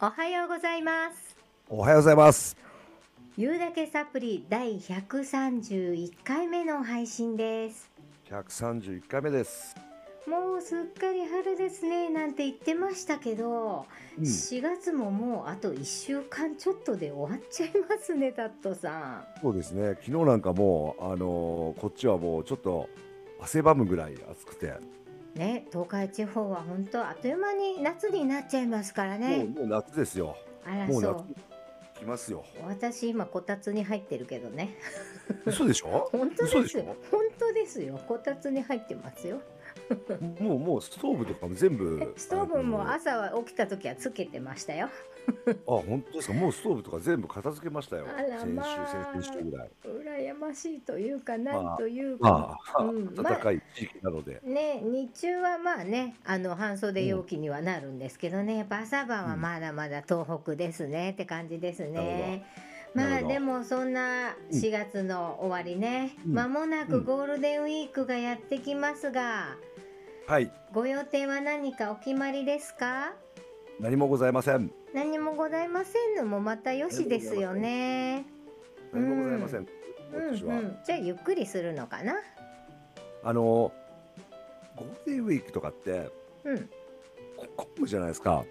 おはようございますおはようございます。ゆうだけサプリ第131回目の配信です131回目です。もうすっかり春ですねなんて言ってましたけど、うんそ4月ももうあと1週間ちょっとで終わっちゃいますねタットさうですね。昨日なんかもうあのーこっちはもうちょっと汗ばむぐらい暑くて、んね東海地方は本当あっという間に夏になっちゃいますからもうねもう夏ですよ。あらもうそう夏来ますよ。私今こたつに入ってるけどね嘘でし ょ？本当嘘でですしよょ本当ですよこたつに入ってますよもうもうストーブとかも全部。ストーブあものー朝は起きた時はつけてましたよあ本当ですか。もうストーブとか全部片付けましたよ。あら先週まあ先々週ぐらい。羨ましいというかあなんというか、まあ、うんまあ暖かい地域なので。ね日中はまあねあの半袖陽気にはなるんですけどね、やっぱ朝晩はまだまだ東北ですね、って感じですね。なるほどまなあるほどでもそんなうん4月の終わりね、うん間もなうくんゴールデンウィークがやってきますが、はい。ご予定は何かお決まりですか何もございません。何もございませんのもまたよしですよね。何もございません。うんう私は。ん、じゃあゆっくりするのかなあのーゴールデンウィークとかってうん、こ混むじゃないですか。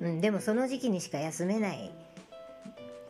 うん、でもその時期にしか休めない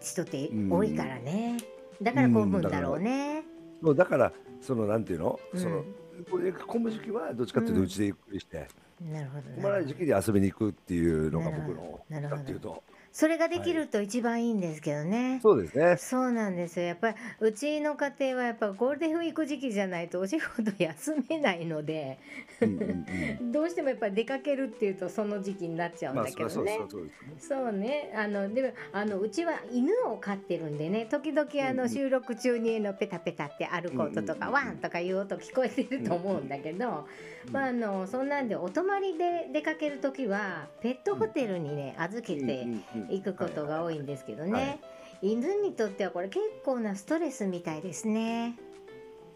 人って多いからね、だから混むんだろうね、もうだからそのなんていうの、うんそのこれ混む時期はどっちかっていううとんうちでゆっくりして、なるほど混まない時期に遊びに行くっていうのが僕のなるほどだっていうとそれができると一番いいんですけどね、そうですねそうなんですよやっぱりうちの家庭はやっぱゴールデンウィーク時期じゃないとお仕事休めないのでうんうん うんどうしてもやっぱり出かけるっていうとその時期になっちゃうんまあだそけりゃどそうですねそりゃそそううですねね、あのでもあのうちは犬を飼ってるんでね時々あうんうのん収録中にあのペタペタって歩く音とか、うんうんうんワンとかいう音聞こえてると思うんだけど、うんまあ、あのそんなんでお泊まりで出かける時はペットホテルにね預けて行くことが多いんですけどね、はいはい犬にとってはこれ結構なストレスみたいですね。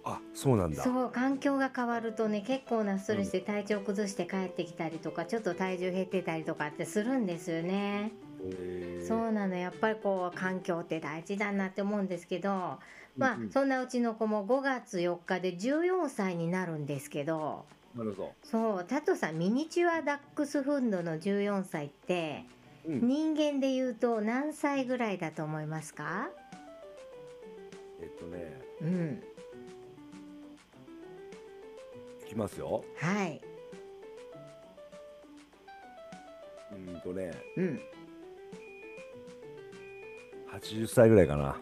あそうなんだそう環境が変わるとね結構なストレスで体調崩して帰ってきたりとか、ちょっと体重減ってたりとかってするんですよね。へーそうなのやっぱりこう環境って大事だなって思うんですけどまあうんうんそんなうちの子も5月4日で14歳になるんですけどなるほそうタトさんミニチュアダックスフンドの14歳ってどうん人間で言うと何歳ぐらいだと思いますかえっとねうんいきますよはい、うーんとねうん、 80歳ぐらいかな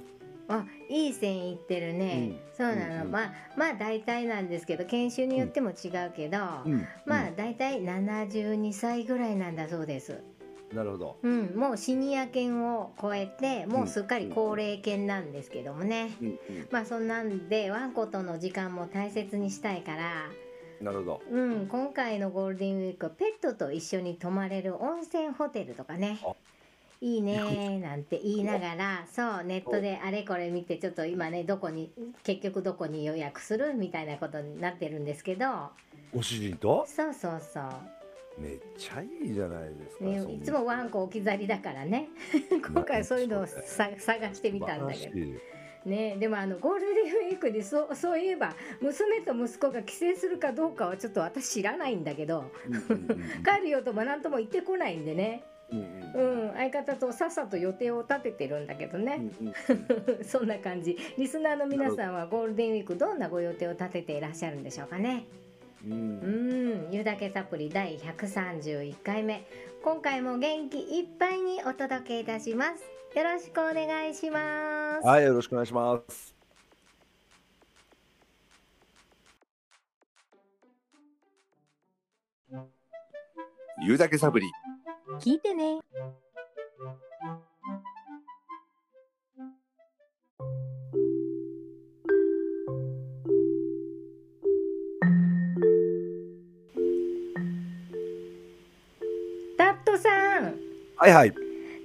あいい線いってるね、うんそうなの、うんうんまあまあ大体なんですけど研修によっても違うけど、うんまあ大体72歳ぐらいなんだそうです。うんなるほどうん、もうシニア犬を超えてもうすっかり高齢犬なんですけどもね、うんうんまあそんなんでワンコとの時間も大切にしたいから、なるほどうん、今回のゴールデンウィークはペットと一緒に泊まれる温泉ホテルとかねあいいねーなんて言いながらそうネットであれこれ見てちょっと今ねどこに結局どこに予約するみたいなことになってるんですけどご主人とそうそうそうめっちゃいいじゃないですかねそんないつもワンコ置き去りだから ね今回そういうのをそうさ探してみたんだけ素ど、晴らしいね、でもあのゴールデンウィークにそうそういえば娘と息子が帰省するかどうかはちょっと私知らないんだけど帰るよとも何とも言ってこないんでね、うんうんうんううんん、相方とさっさと予定を立ててるんだけどうね、んうんうん そんな感じリスナーの皆さんはゴールデンウィークどんなご予定を立てていらっしゃるんでしょうかね。う、うんん、ゆだけサプリ第131回目。今回も元気いっぱいにお届けいたします。よろしくお願いします。はい、よろしくお願いします。言うだけサブリ。聞いてね。タットさん、はいはい。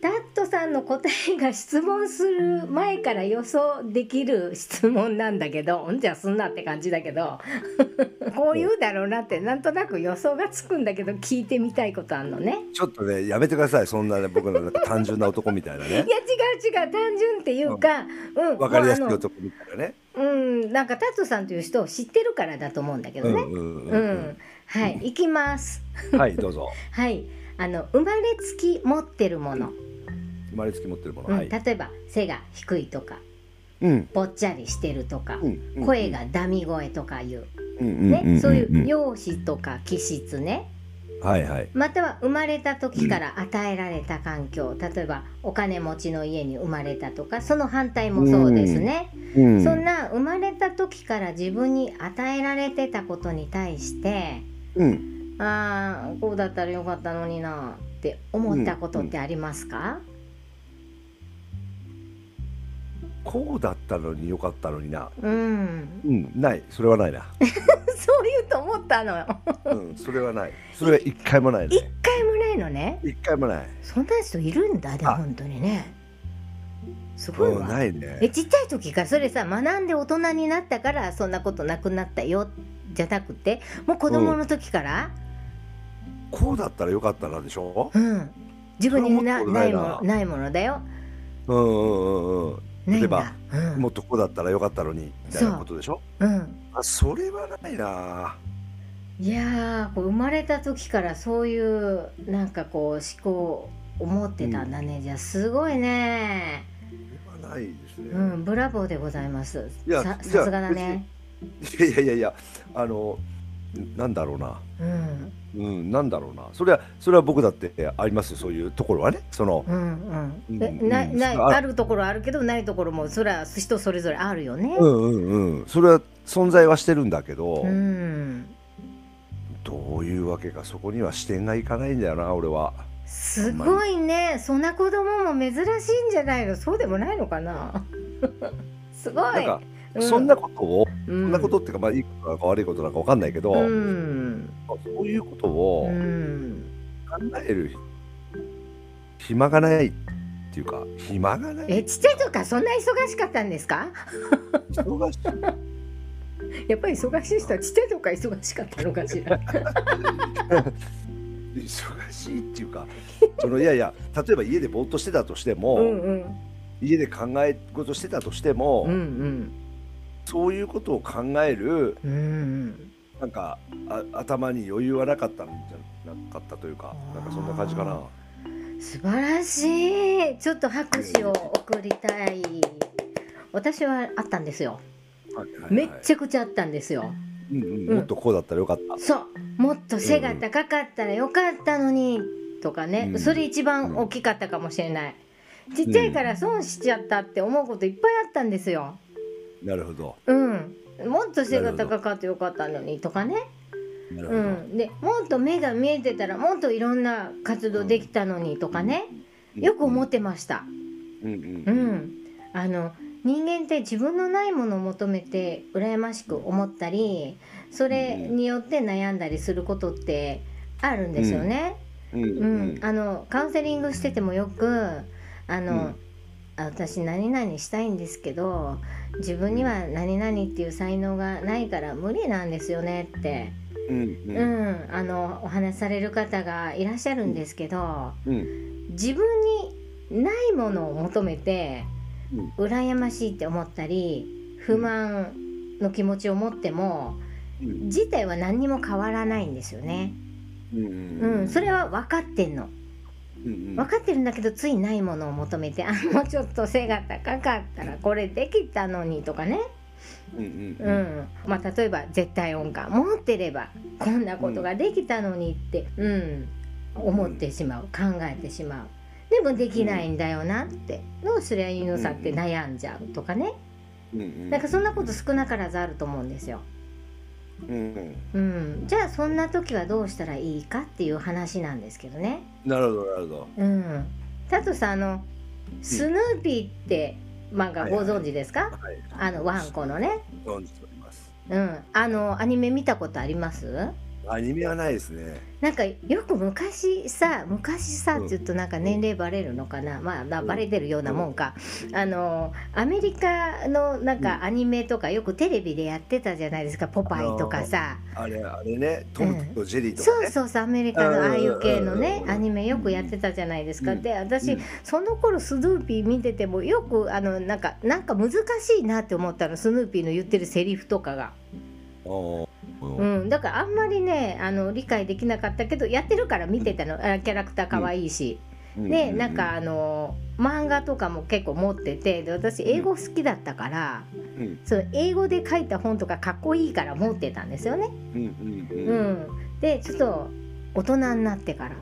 タットさんの答えが質問する前から予想できる質問なんだけどん じゃすんなって感じだけど こう言うだろうなってなんとなく予想がつくんだけど聞いてみたいことあんのね。ちょっとねやめてくださいそんなね僕のなんか単純な男みたいないねや違う違う単純っていうか、うん、わかりやすいもうあの男みたいなねうん、なんかタットさんという人を知ってるからだと思うんだけどうんね。うんう、うんんはい、行きます。うんはいどうぞはい、あの生まれつき持ってるもの、生まれつき持ってるもうのんはい例えば背が低いとか、うんぽっちゃりしてるとか、うんうん声がダミ声とかいう、うんうんね、んんんそういう容姿とか気質ね、はいはいまたは生まれた時から与えられた環境、例えばお金持ちの家に生まれたとか、その反対もそうですね。うんそんな生まれた時から自分に与えられてたことに対してうんああこうだったらよかったのになって思ったことってありますか、こうだったのによかったのになうん うんないそれはないなそういうと思ったのようんそれはないそれは一回もない一ね回もないのね一回もないそんな人いるんだでもあ本当にねすごいうんわないえねちっちゃい時からそれさ学んで大人になったからそんなことなくなったよじゃなくてもう子供の時から、こうだったらよかったなでしょうん自分にななそれは思ったことないいもなのないものだようんうんうんうんないんだ例えばうん、もっとこうだったらよかったのにみたいなことでしょうんあそれはないないやーこう生まれた時からそういうなんかこう思考を持ってたんだね、じゃあすごいねそれはないですね、うんブラボーでございますいやさじゃさあすがだねいやいやいやいやあのなんだろうなうんうんなんだろうなそれはそれは僕だってありますよそういうところはねそのうんうんえうんなうんないああるところあるけどないところもそれは人それぞれあるよねうんうんうんそれは存在はしてるんだけど、うんどういうわけかそこには視点がいかないんだよな俺はすごいねそんな子供も珍しいんじゃないのそうでもないのかな すごいなんかうそんなことを、そそんなことっていうかまあいいことなのか悪いことなのかわかんないけど、うんそういうことうをん考える暇がないっていうか暇がないえちっちゃい時からそんな忙しかったんですか忙しいやっぱり忙しい人はちっちゃい時から忙しかったのかし ら忙しいっていうかそのいやいや例えば家でぼーっとしてたとしても、うんうん家で考え事してたとしても、うんそういうことを考えるうんうんなんかあ頭に余裕はなかったんじゃなかったというかなんかそんな感じかなあ。素晴らしいちょっと拍手を送りたい私はあったんですよめっゃ、ちゃくちゃあったんですようんうんうんもっとこうだったらよかった。そうもっと背が高かったらよかったのにとかね、うんそれ一番大きかったかもしれないちっちゃいから損しちゃったって思うこといっぱいあったんですよ、なるほど。うん、もっと背が高かったよかったのにとかね、なるほうど。ん、でもっと目が見えてたらもっといろんな活動できたのにとかねよく思ってました。うんうんううんん、あの人間って自分のないものを求めて羨ましく思ったりそれによって悩んだりすることってあるんですよね。うんううん、んあのカウンセリングしててもよくあの、うんあ私何々したいんですけど自分には何々っていう才能がないから無理なんですよねって、うんうんうんあのお話しされる方がいらっしゃるんですけどうん自分にないものを求めて羨ましいって思ったり不満の気持ちを持ってもうん自体は何にも変わらないんですよね。うんううんん、それは分かってんの。うん分かってるんだけどついないものを求めてあもうちょっと背が高かったらこれできたのにとかね、うんうんまあ、例えば絶対音感持ってればこんなことができたのにって、うん、思ってしまう考えてしまうでもできないんだよなってどうすりゃいいのさって悩んじゃうとかねうんうんなんかそんなこと少なからずあると思うんですよ。うんうんうん、じゃあそんな時はどうしたらいいかっていう話なんですけどね。なるほどなるほどうん。タトさんあのスヌーピーって漫画ご存知ですか？はいあのワンコのね。存じておりますうん。あのアニメ見たことあります？アニメはないですね。なんかよく昔さ昔さって言うとなんか年齢バレるのかな、まあ、まあうんバレてるようなもんか、あのアメリカのなんかアニメとかよくテレビでやってたじゃないですか「ポパイ」とかさ、あれ、あれね、トムとジェリーとかそうね。そうそうアメリカのああいう系のうんうんうんねうんアニメよくやってたじゃないですか、うんで私、うんその頃スヌーピー見ててもよくあのなんかなんか難しいなって思ったのスヌーピーの言ってるセリフとかが。あーうん、だからあんまりねあの理解できなかったけどやってるから見てたの、あキャラクター可愛いし、うんでなんか、あの漫画とかも結構持っててで私英語好きだったから、うんその英語で書いた本とかかっこいいから持ってたんですよね。うんうんうんううんん、でちょっと大人になってから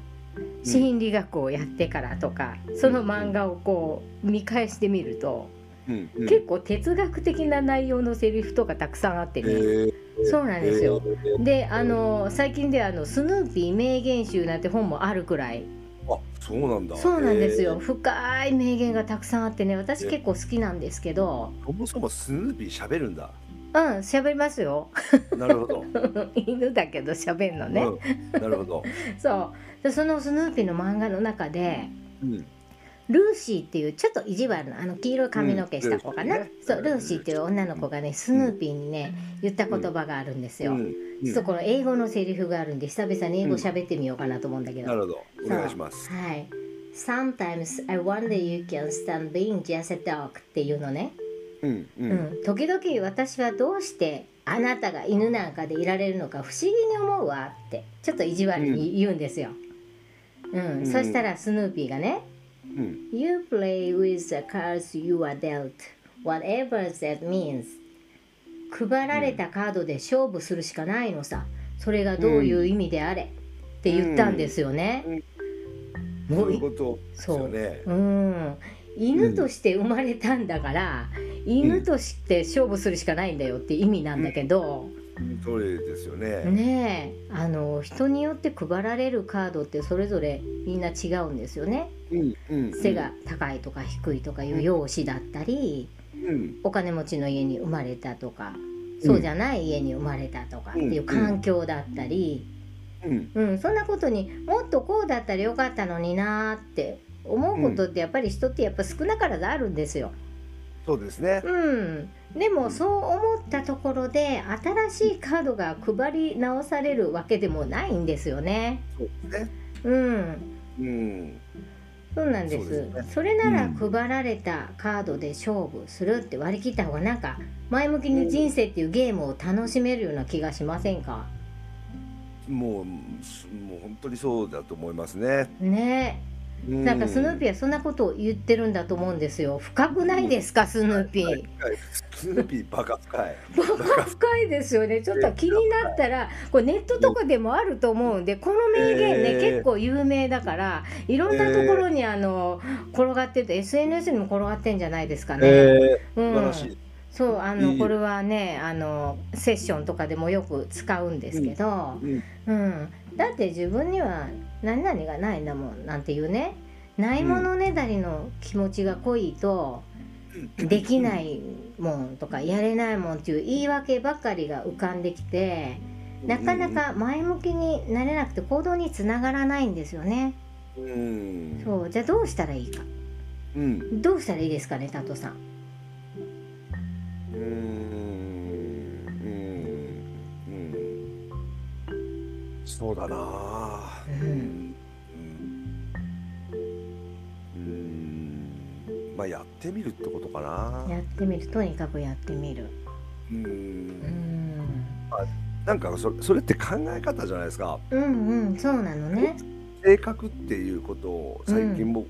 心理学をやってからとかその漫画をこう見返してみると、うんうん結構哲学的な内容のセリフとかたくさんあってね、そうなんですよ。。えーであの最近ではあの「スヌーピー名言集」なんて本もあるくらいあ、そうなんだ。そうなんですよえー。深い名言がたくさんあってね私結構好きなんですけどそもそもスヌーピー喋るんだ。うん喋りますよ なるほど。犬だけど喋るのね、うんなるほど。そうでそのスヌーピーの漫画の中 でうんルーシーっていうちょっと意地悪なあの黄色い髪の毛した子かな、うんルーシーねそうルーシーっていう女の子がねスヌーピーにね言った言葉があるんですよ、うんちょっとこの英語のセリフがあるんで久々に英語喋ってみようかなと思うんだけど、なるほど。お願いします。はい。Sometimes I wonder you can stand being just a dog っていうのね。うんう。うんん。時々私はどうしてあなたが犬なんかでいられるのか不思議に思うわってちょっと意地悪に言うんですよ。うん。うんそしたらスヌーピーがね、うん。 You play with the cards you are dealt, whatever that means. 配られたカードで勝負するしかないのさ。それがどういう意味であれ。って言ったんですよね。もそうういいうことですよね。うん、犬として生まれたんだから、犬として勝負するしかないんだよって意味なんだけど、それですよね。ねえあの人によって配られるカードってそれぞれみんな違うんですよね。うんうん。背が高いとか低いとかいう容姿だったり、うん。お金持ちの家に生まれたとか。そうじゃない家に生まれたとかっていう環境だったり、うん。うん、そんなことにもっとこうだったらよかったのになーって思うことってやっぱり人ってやっぱ少なからずあるんですよ。そうですね。うん、でもそう思ったところで新しいカードが配り直されるわけでもないんですよね。そうですね。うんうん。そうなんですそうそですねれならうん配られたカードで勝負するって割り切った方がなんか前向きに人生っていうゲームを楽しめるような気がしませんかもうもう本当にそうだと思いますね。ねうえんなんかスヌーピーはそんなことを言ってるんだと思うんですよ深くないですかスヌーピはいーはいスヌーピーバカ 深い。バカ深いですよ ねちょっと気になったらこれネットとかでもあると思うんでこの名言ね、えー結構有名だからいろんなところにあの転がってて SNS にも転がってんじゃないですかね。う素晴らしんい。そうあのいいこれはねあのセッションとかでもよく使うんですけど、うんうん、だって自分には何々がないんだもんなんていうねないものねだりの気持ちが濃いと、できないもんとかやれないもんっていう言い訳ばかりが浮かんできてなかなか前向きになれなくて行動につながらないんですよね。うん。うん。そうじゃあどうしたらいいかうん。どうしたらいいですかねタトさん。うん。うん。うん。そうだな。うん。うん。まあやってみるってことかな。やってみるとにかくやってみる。う。うんんなんかそれそれって考え方じゃないですか。うんうんそうなのね。性格っていうことを最近僕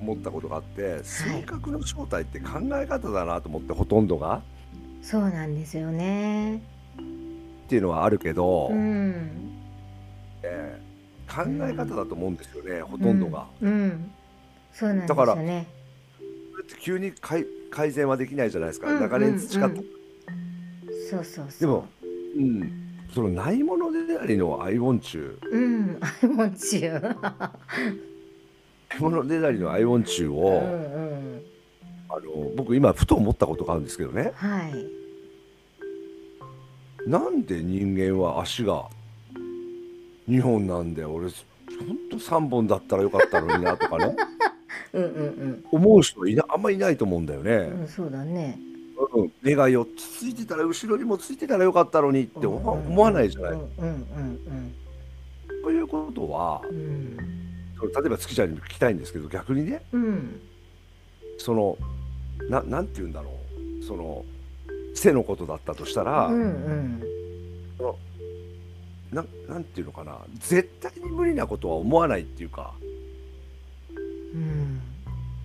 思ったことがあって、性格の正体って考え方だなと思ってほとんどがそうなんですよね。っていうのはあるけど、うん。えー考え方だと思うんですよね、ほとんどが。うん。うんそうなんですよね。それって急に改改善はできないじゃないですか、うん長年培った、うんそうそうそう。でも、うん、そのないものでありのアイウォンチューうん、アイモンチュー。ない ものでありのアイウォンチューうを、んうん。あの僕今ふと思ったことがあるんですけどねはい。なんで人間は足が2本なんで俺ほんと3本だったらよかったのになと かねうんうん思う人いなあんまりいないと思うんだようねん、、うん、そうだねうん、目が4つついてたら後ろにもついてたらよかったのにって思わうん思わないじゃうない。んうんということはうんうんその例えば月ちゃんにも聞きたいんですけど逆にねうんそのななんて言うんだろうその背のことだったとしたら、うんうんななんていうのかな絶対に無理なことは思わないっていうかうん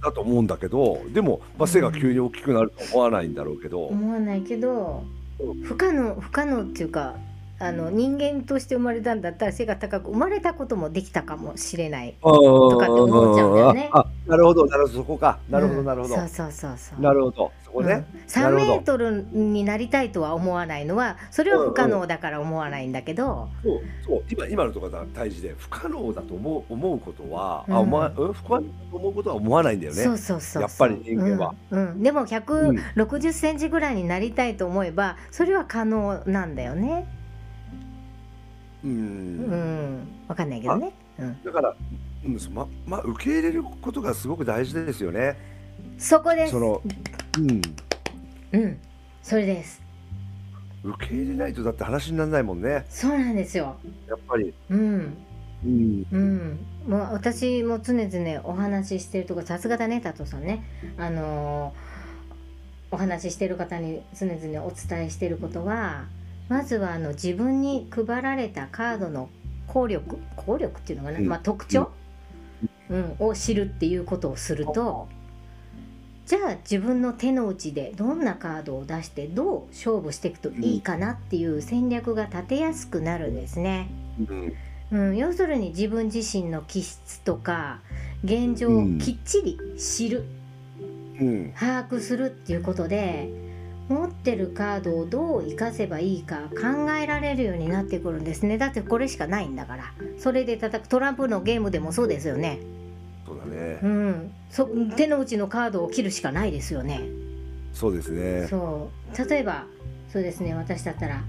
だと思うんだけどでも、まあ、背が急に大きくなるとは思わないんだろうけど、思わないけどうん不可能不可能っていうかあの人間として生まれたんだったら背が高く生まれたこともできたかもしれない。とかって思っちゃうんだよねあなるほどなるほどそこかなるほどうんなるほど、そうそうそうそう。なるほどそこね、うん、3メートルになりたいとは思わないのはそれは不可能だから思わないんだけど、そうそう今今のところが大事で不可能だと思う思うことは、うんあ思わうん不可能だと思うことは思わないんだよね。そうそうそうそうやっぱり人間は、うんうんでも160センチぐらいになりたいと思えばそれは可能なんだよねううんんわかんないけどね、うん、だから、うんそままあ、受け入れることがすごく大事ですよね。そこですその、うん、うん、それです受け入れないとだって話にならないもんねそうなんですよやっぱり。うんうんうん、もう私も常々お話ししてるとこさすがだねタトさんねあのーお話ししてる方に常々お伝えしてることはまずはあの自分に配られたカードの効力効力っていうのかな、うんまあ、特徴、うん、を知るっていうことをするとじゃあ自分の手の内でどんなカードを出してどう勝負していくといいかなっていう戦略が立てやすくなるんですね。うんうん、要するに自分自身の気質とか現状うをんきっちり知る、うん把握するっていうことで持ってるカードをどう活かせばいいか考えられるようになってくるんですねだってこれしかないんだからそれで叩くトランプのゲームでもそうですよね、そうだねう、ん、そ手の内のカードを切るしかないですよねそうですね。そう例えばそうですね私だったら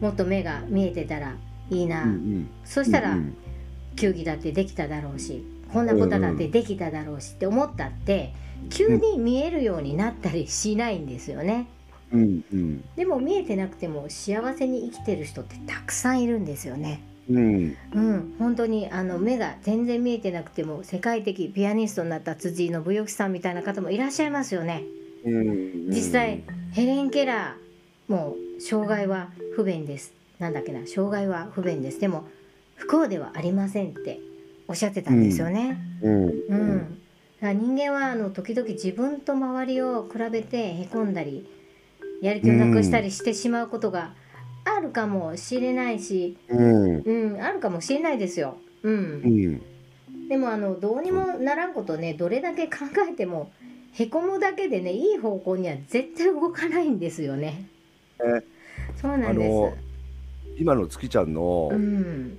もっと目が見えてたらいいな、うんそうしたら、うんうん球技だってできただろうしこんなことだってできただろうしって思ったって急に見えるようになったりしないんですよね。うんうんでも見えてなくても幸せに生きてる人ってたくさんいるんですよね。うんうん、本当にあの目が全然見えてなくても世界的ピアニストになった辻井信之さんみたいな方もいらっしゃいますよね。うん実際ヘレン・ケラーもう障害は不便ですなんだっけな障害は不便ですでも不幸ではありませんっておっしゃってたんですよね。うんうんだから人間はあの時々自分と周りを比べてへこんだりやる気をなくしたりしてしまうことがあるかもしれないし、うんうん、あるかもしれないですよ。うんうんでもあのどうにもならんことねどれだけ考えてもへこむだけでねいい方向には絶対動かないんですよね。ねそうなんであのす。今の月ちゃんのうん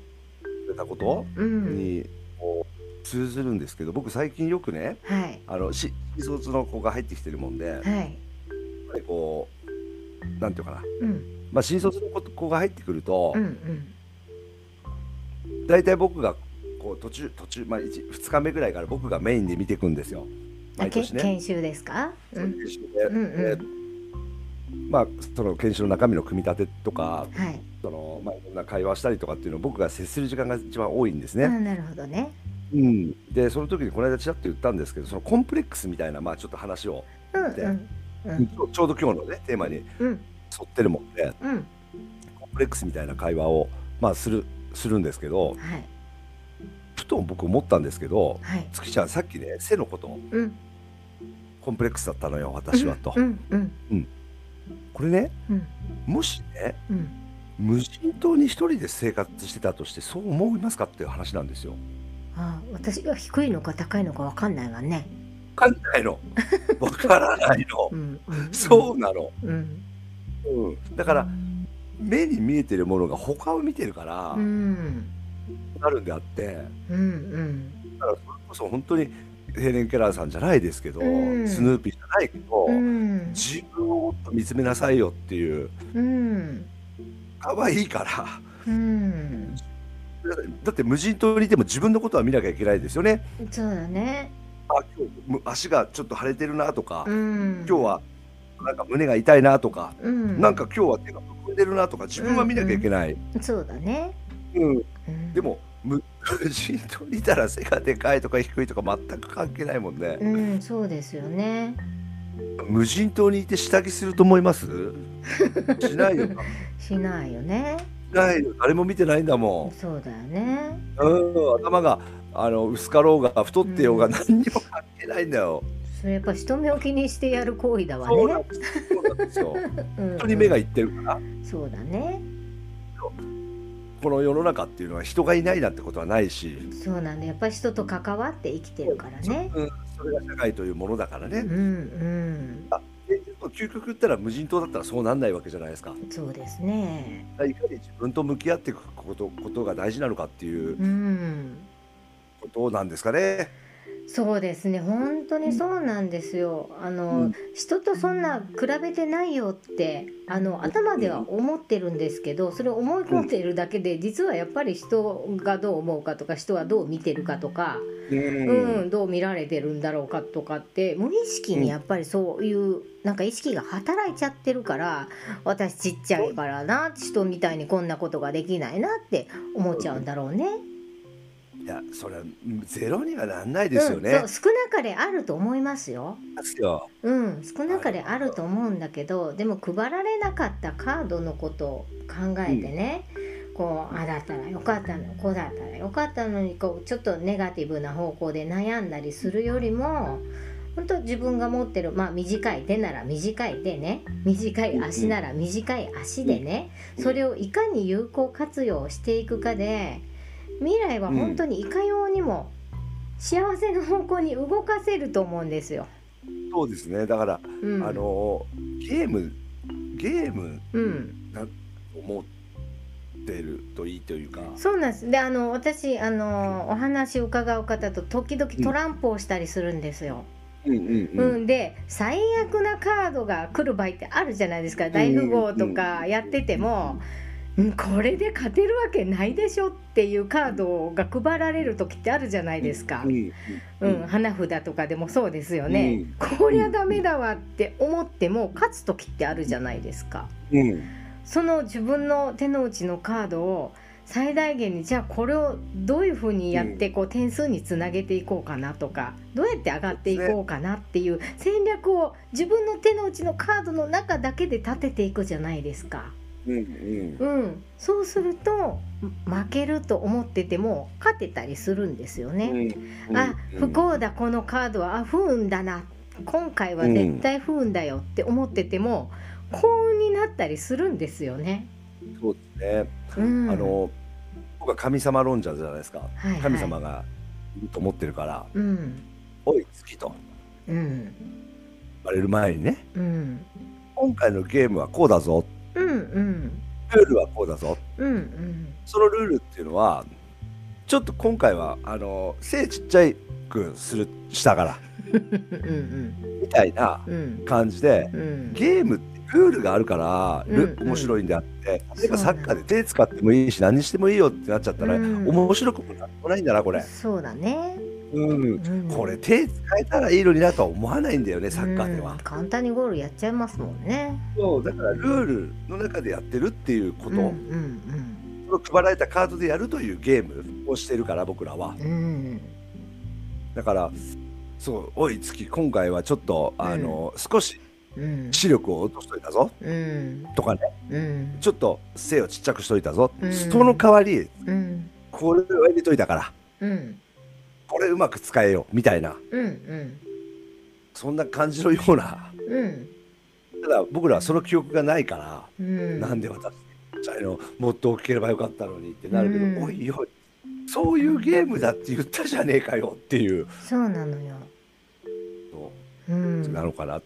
言ったことうんにこう通ずるんですけど僕最近よくねはいあのし新卒の子が入ってきてるもんでやっはいぱりこうなんていうかな、うんまあ、新卒の子子が入ってくるとうんうん大体僕がこう途中途中、まあ、2日目ぐらいから僕がメインで見ていくんですよあ毎け年ね。研修ですか？うそうんいう人うんでうでまあ、その研修の中身の組み立てとかんはいその、まあ、いろんな会話したりとかっていうのを僕が接する時間が一番多いんですあね。なるほどね。うんでその時にこの間ちらっと言ったんですけどそのコンプレックスみたいな、まあ、ちょっと話を、うんうでんうんちょちょうど今日の、ね、テーマに沿うんってるもんでうんコンプレックスみたいな会話を、まあ、するするんですけどはいふと僕思ったんですけどはい月ちゃんさっきね背のことうんコンプレックスだったのよ私はとう。んうんこれねうんもしねうん無人島に一人で生活してたとしてそう思いますかっていう話なんですよ。あ私が低いのか高いのかわかんないわね。わかんな いの。わからないのう。んうんそうなの。うんうん、だから目に見えてるものが他を見てるからうんなるんであって、うんうん。だからそれこそ本当にヘレン・ケラーさんじゃないですけど、うんスヌーピーじゃないけど、うん自分をもっと見つめなさいよっていううん可愛いからうんだって無人島にいても自分のことは見なきゃいけないですよね。そうだね。あ今日む足がちょっと腫れてるなとか、うん。今日はなんか胸が痛いなとか、うん。なんか今日は手がむくんでるなとか自分は見なきゃいけない。そうだね。うんうんで。も無 無人島にいたら背がでかいとか低いとか全く関係ないもんね。うん、そうですよね。無人島にいて下着すると思います しないよ。ししないよね。ないよ。誰も見てないんだもそうだよね。ん。うん、頭があの薄かろうが太ってようがうん何にも関係ないんだよ。それやっぱ人目を気にしてやる行為だわね。そうなんですそうなんですよ。うん人に目がいってるから、そうだね。この世の中っていうのは人がいないなんてことはないし、そうなんだ。やっぱ人と関わって生きてるからね。うん、それが社会というものだからうね。んうん。で究極言ったら無人島だったらそうなんないわけじゃないですか。そうですね。だからいかに自分と向き合っていくことことが大事なのかっていううん。ことなんですかね。そうですね本当にそうなんですよあの、うん人とそんな比べてないよってあの頭では思ってるんですけどそれを思い込んでいるだけで実はやっぱり人がどう思うかとか人はどう見てるかとか、うんうんどう見られてるんだろうかとかって無意識にやっぱりそういうなんか意識が働いちゃってるから私ちっちゃいからな人みたいにこんなことができないなって思っちゃうんだろうね。いやそれはうんゼロにはなんないですよね。うん、そう少なかれあると思いますよ。ですようん、少なかれあると思うんだけどでも配られなかったカードのことを考えてね、こうあだったらよかったのこうだったらよかったのにこうちょっとネガティブな方向で悩んだりするよりも本当自分が持ってる、まあ、短い手なら短い手ね短い足なら短い足でねそれをいかに有効活用していくかで未来は本当にいかようにも幸せの方向に動かせると思うんですよ。そうですね。だから、うん、あのゲームゲームうん、を持ってるといいというか。そうなんですであの私あのお話伺う方と時々トランプをしたりするんですよ、うんうんうんで最悪なカードが来る場合ってあるじゃないですか大富豪とかやってても、うんこれで勝てるわけないでしょっていうカードが配られる時ってあるじゃないですか、ううんんうんうん花札とかでもそうですよね、こりゃダメだわって思っても勝つ時ってあるじゃないですか。うんその自分の手の内のカードを最大限にじゃあこれをどういうふうにやってこう点数につなげていこうかなとかどうやって上がっていこうかなっていう戦略を自分の手の内のカードの中だけで立てていくじゃないですか。うんうんうん、そうすると負けると思ってても勝てたりするんですよね。うんあ不幸だこのカードはあ不運だな今回は絶対不運だよって思ってても、幸運になったりするんですよね。そうですね。うん、あの僕は神様論者じゃないですか。はいはい神様がいると思ってるから、うんおい月とうん言われる前にね、うん今回のゲームはこうだぞ、うんうんルールはこうだぞ。うんうんそのルールっていうのはちょっと今回はあの背ちっちゃいくするしたからうんみたいなうん感じでうんゲームってルールがあるから、ルうんうん面白いんであって例えそばうサなのッカーで手使ってもいいし何にしてもいいよってなっちゃったら、うん面白くもなんともないんだなこれ、そうだね、うん、うんこれ手使えたらいいのになとは思わないんだよねサッカーでは、うん簡単にゴールやっちゃいますもんねそうだからルールの中でやってるっていうこと、うんうんその配られたカードでやるというゲームをしてるから僕らはうんうんだからそうおい月今回はちょっとあの、少しうん視力を落としといたぞうんとかねうんちょっと背をちっちゃくしといたぞ、うんその代わりうんこれを入れといたからうんこれうまく使えよみたいなうんうんそんな感じのようなうんただ僕らはその記憶がないから、うんなんで私ちっちゃいのもっと大きければよかったのにってなるけど、うんおいおいそういうゲームだって言ったじゃねえかよっていうそうなのよのうんなのかな、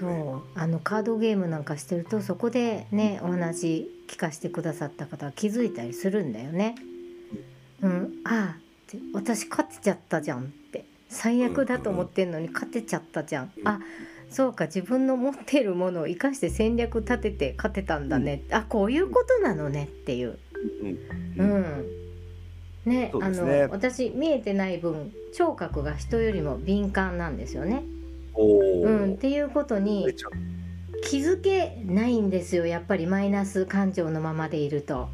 そうあのカードゲームなんかしてるとそこでねお話聞かせてくださった方は気づいたりするんだよね。うん、ああって私勝てちゃったじゃんって最悪だと思ってんのに勝てちゃったじゃん、うんあそうか自分の持ってるものを生かして戦略立てて勝てたんだね、あこういうことなのねっていう、うんうんねそうあですねの私見えてない分聴覚が人よりも敏感なんですよね。おお、うん、っていうことにめちゃ気づけないんですよやっぱりマイナス感情のままでいると、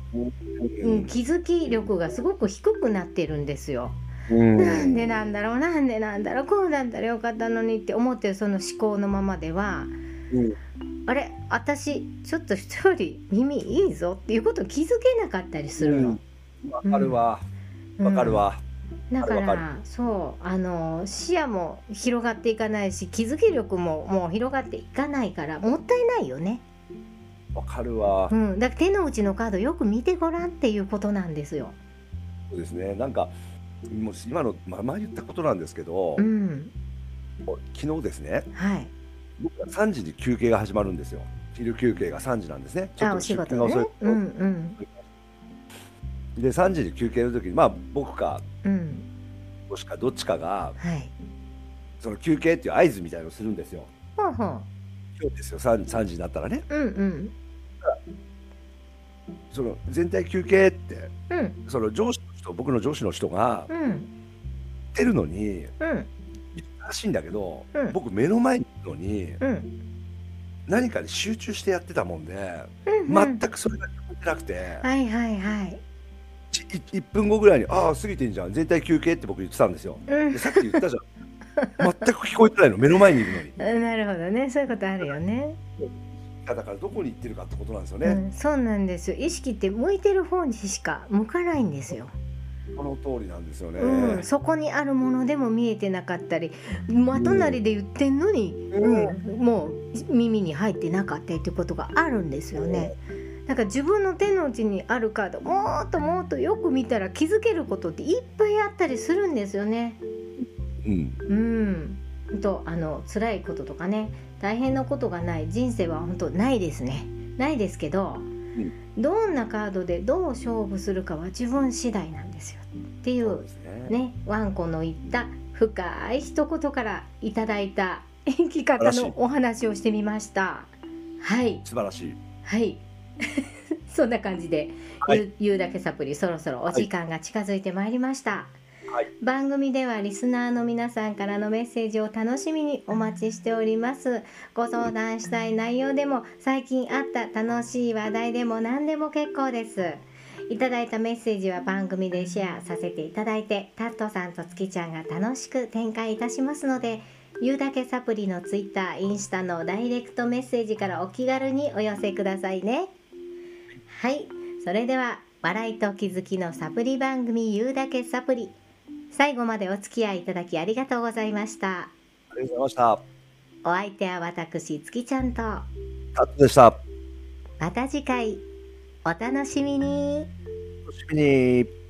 うん、気づき力がすごく低くなってるんですよ。うんなんでなんだろうなんでなんだろうこうなんだらよかったのにって思ってるその思考のままでは、うんあれ私ちょっと人より耳いいぞっていうこと気づけなかったりするの。わかるわ、うんわかるわ。だかわからそうあの視野も広がっていかないし気づき力ももう広がっていかないからもったいないよね、わかるわう。ん、だから手の内のカードよく見てごらんっていうことなんですよ。そうですね。なんか、もう今の、まあ、前言ったことなんですけど、うん、昨日ですね、はい僕は3時に休憩が始まるんですよ。昼休憩が3時なんですね。あお仕事ね。とうんうんで、3時に休憩の時に、まあ、僕か、うんもしかどっちかが、はい。その休憩っていう合図みたいのをするんですよ。ほうほう今日ですよ、3, 3時になったらね。うんうんその、全体休憩って、うんその上司の人、僕の上司の人が、うん言ってるのに、うんらしいんだけど、うん僕目の前にいるのに、うん何かに集中してやってたもんで、うん全くそれが聞こえてなくて、はいはいはい。ちい1分後ぐらいに「ああ過ぎてんじゃん全体休憩」って僕言ってたんですようでさっき言ったじゃん全く聞こえてないの目の前にいるのにん、 なるほどねそういうことあるよねだからどこに行ってるかってことなんですようね、ん、そうなんですよ意識って向いてる方にしか向かないんですよ、この通りなんですよね、うん、そこにあるものでも見えてなかったりまとなりで言ってんのに、うんうんもう耳に入ってなかったりってことがあるんですよねだから自分の手の内にあるカードもっともっとよく見たら気づけることっていっぱいあったりするんですよね。うんうん、ほんとあの辛いこととかね大変なことがない人生は本当ないですねないですけど、どんなカードでどう勝負するかは自分次第なんですよっていそううですねねワンコの言った深い一言からいただいた 演技方素の晴らしいお話をしてみましたはい素晴らしいはい そんな感じで、はいゆゆうだけサプリそろそろお時間が近づいてまいりました、はい番組ではリスナーの皆さんからのメッセージを楽しみにお待ちしておりますご相談したい内容でも最近あった楽しい話題でも何でも結構ですいただいたメッセージは番組でシェアさせていただいてタットさんと月ちゃんが楽しく展開いたしますのでゆうだけサプリのツイッターインスタのダイレクトメッセージからお気軽にお寄せくださいねはいそれでは笑いと気づきのサプリ番組ゆうだけサプリ最後までお付き合いいただきありがとうございましたありがとうございましたお相手は私月ちゃんとタットでしたまた次回お楽しみに楽しみに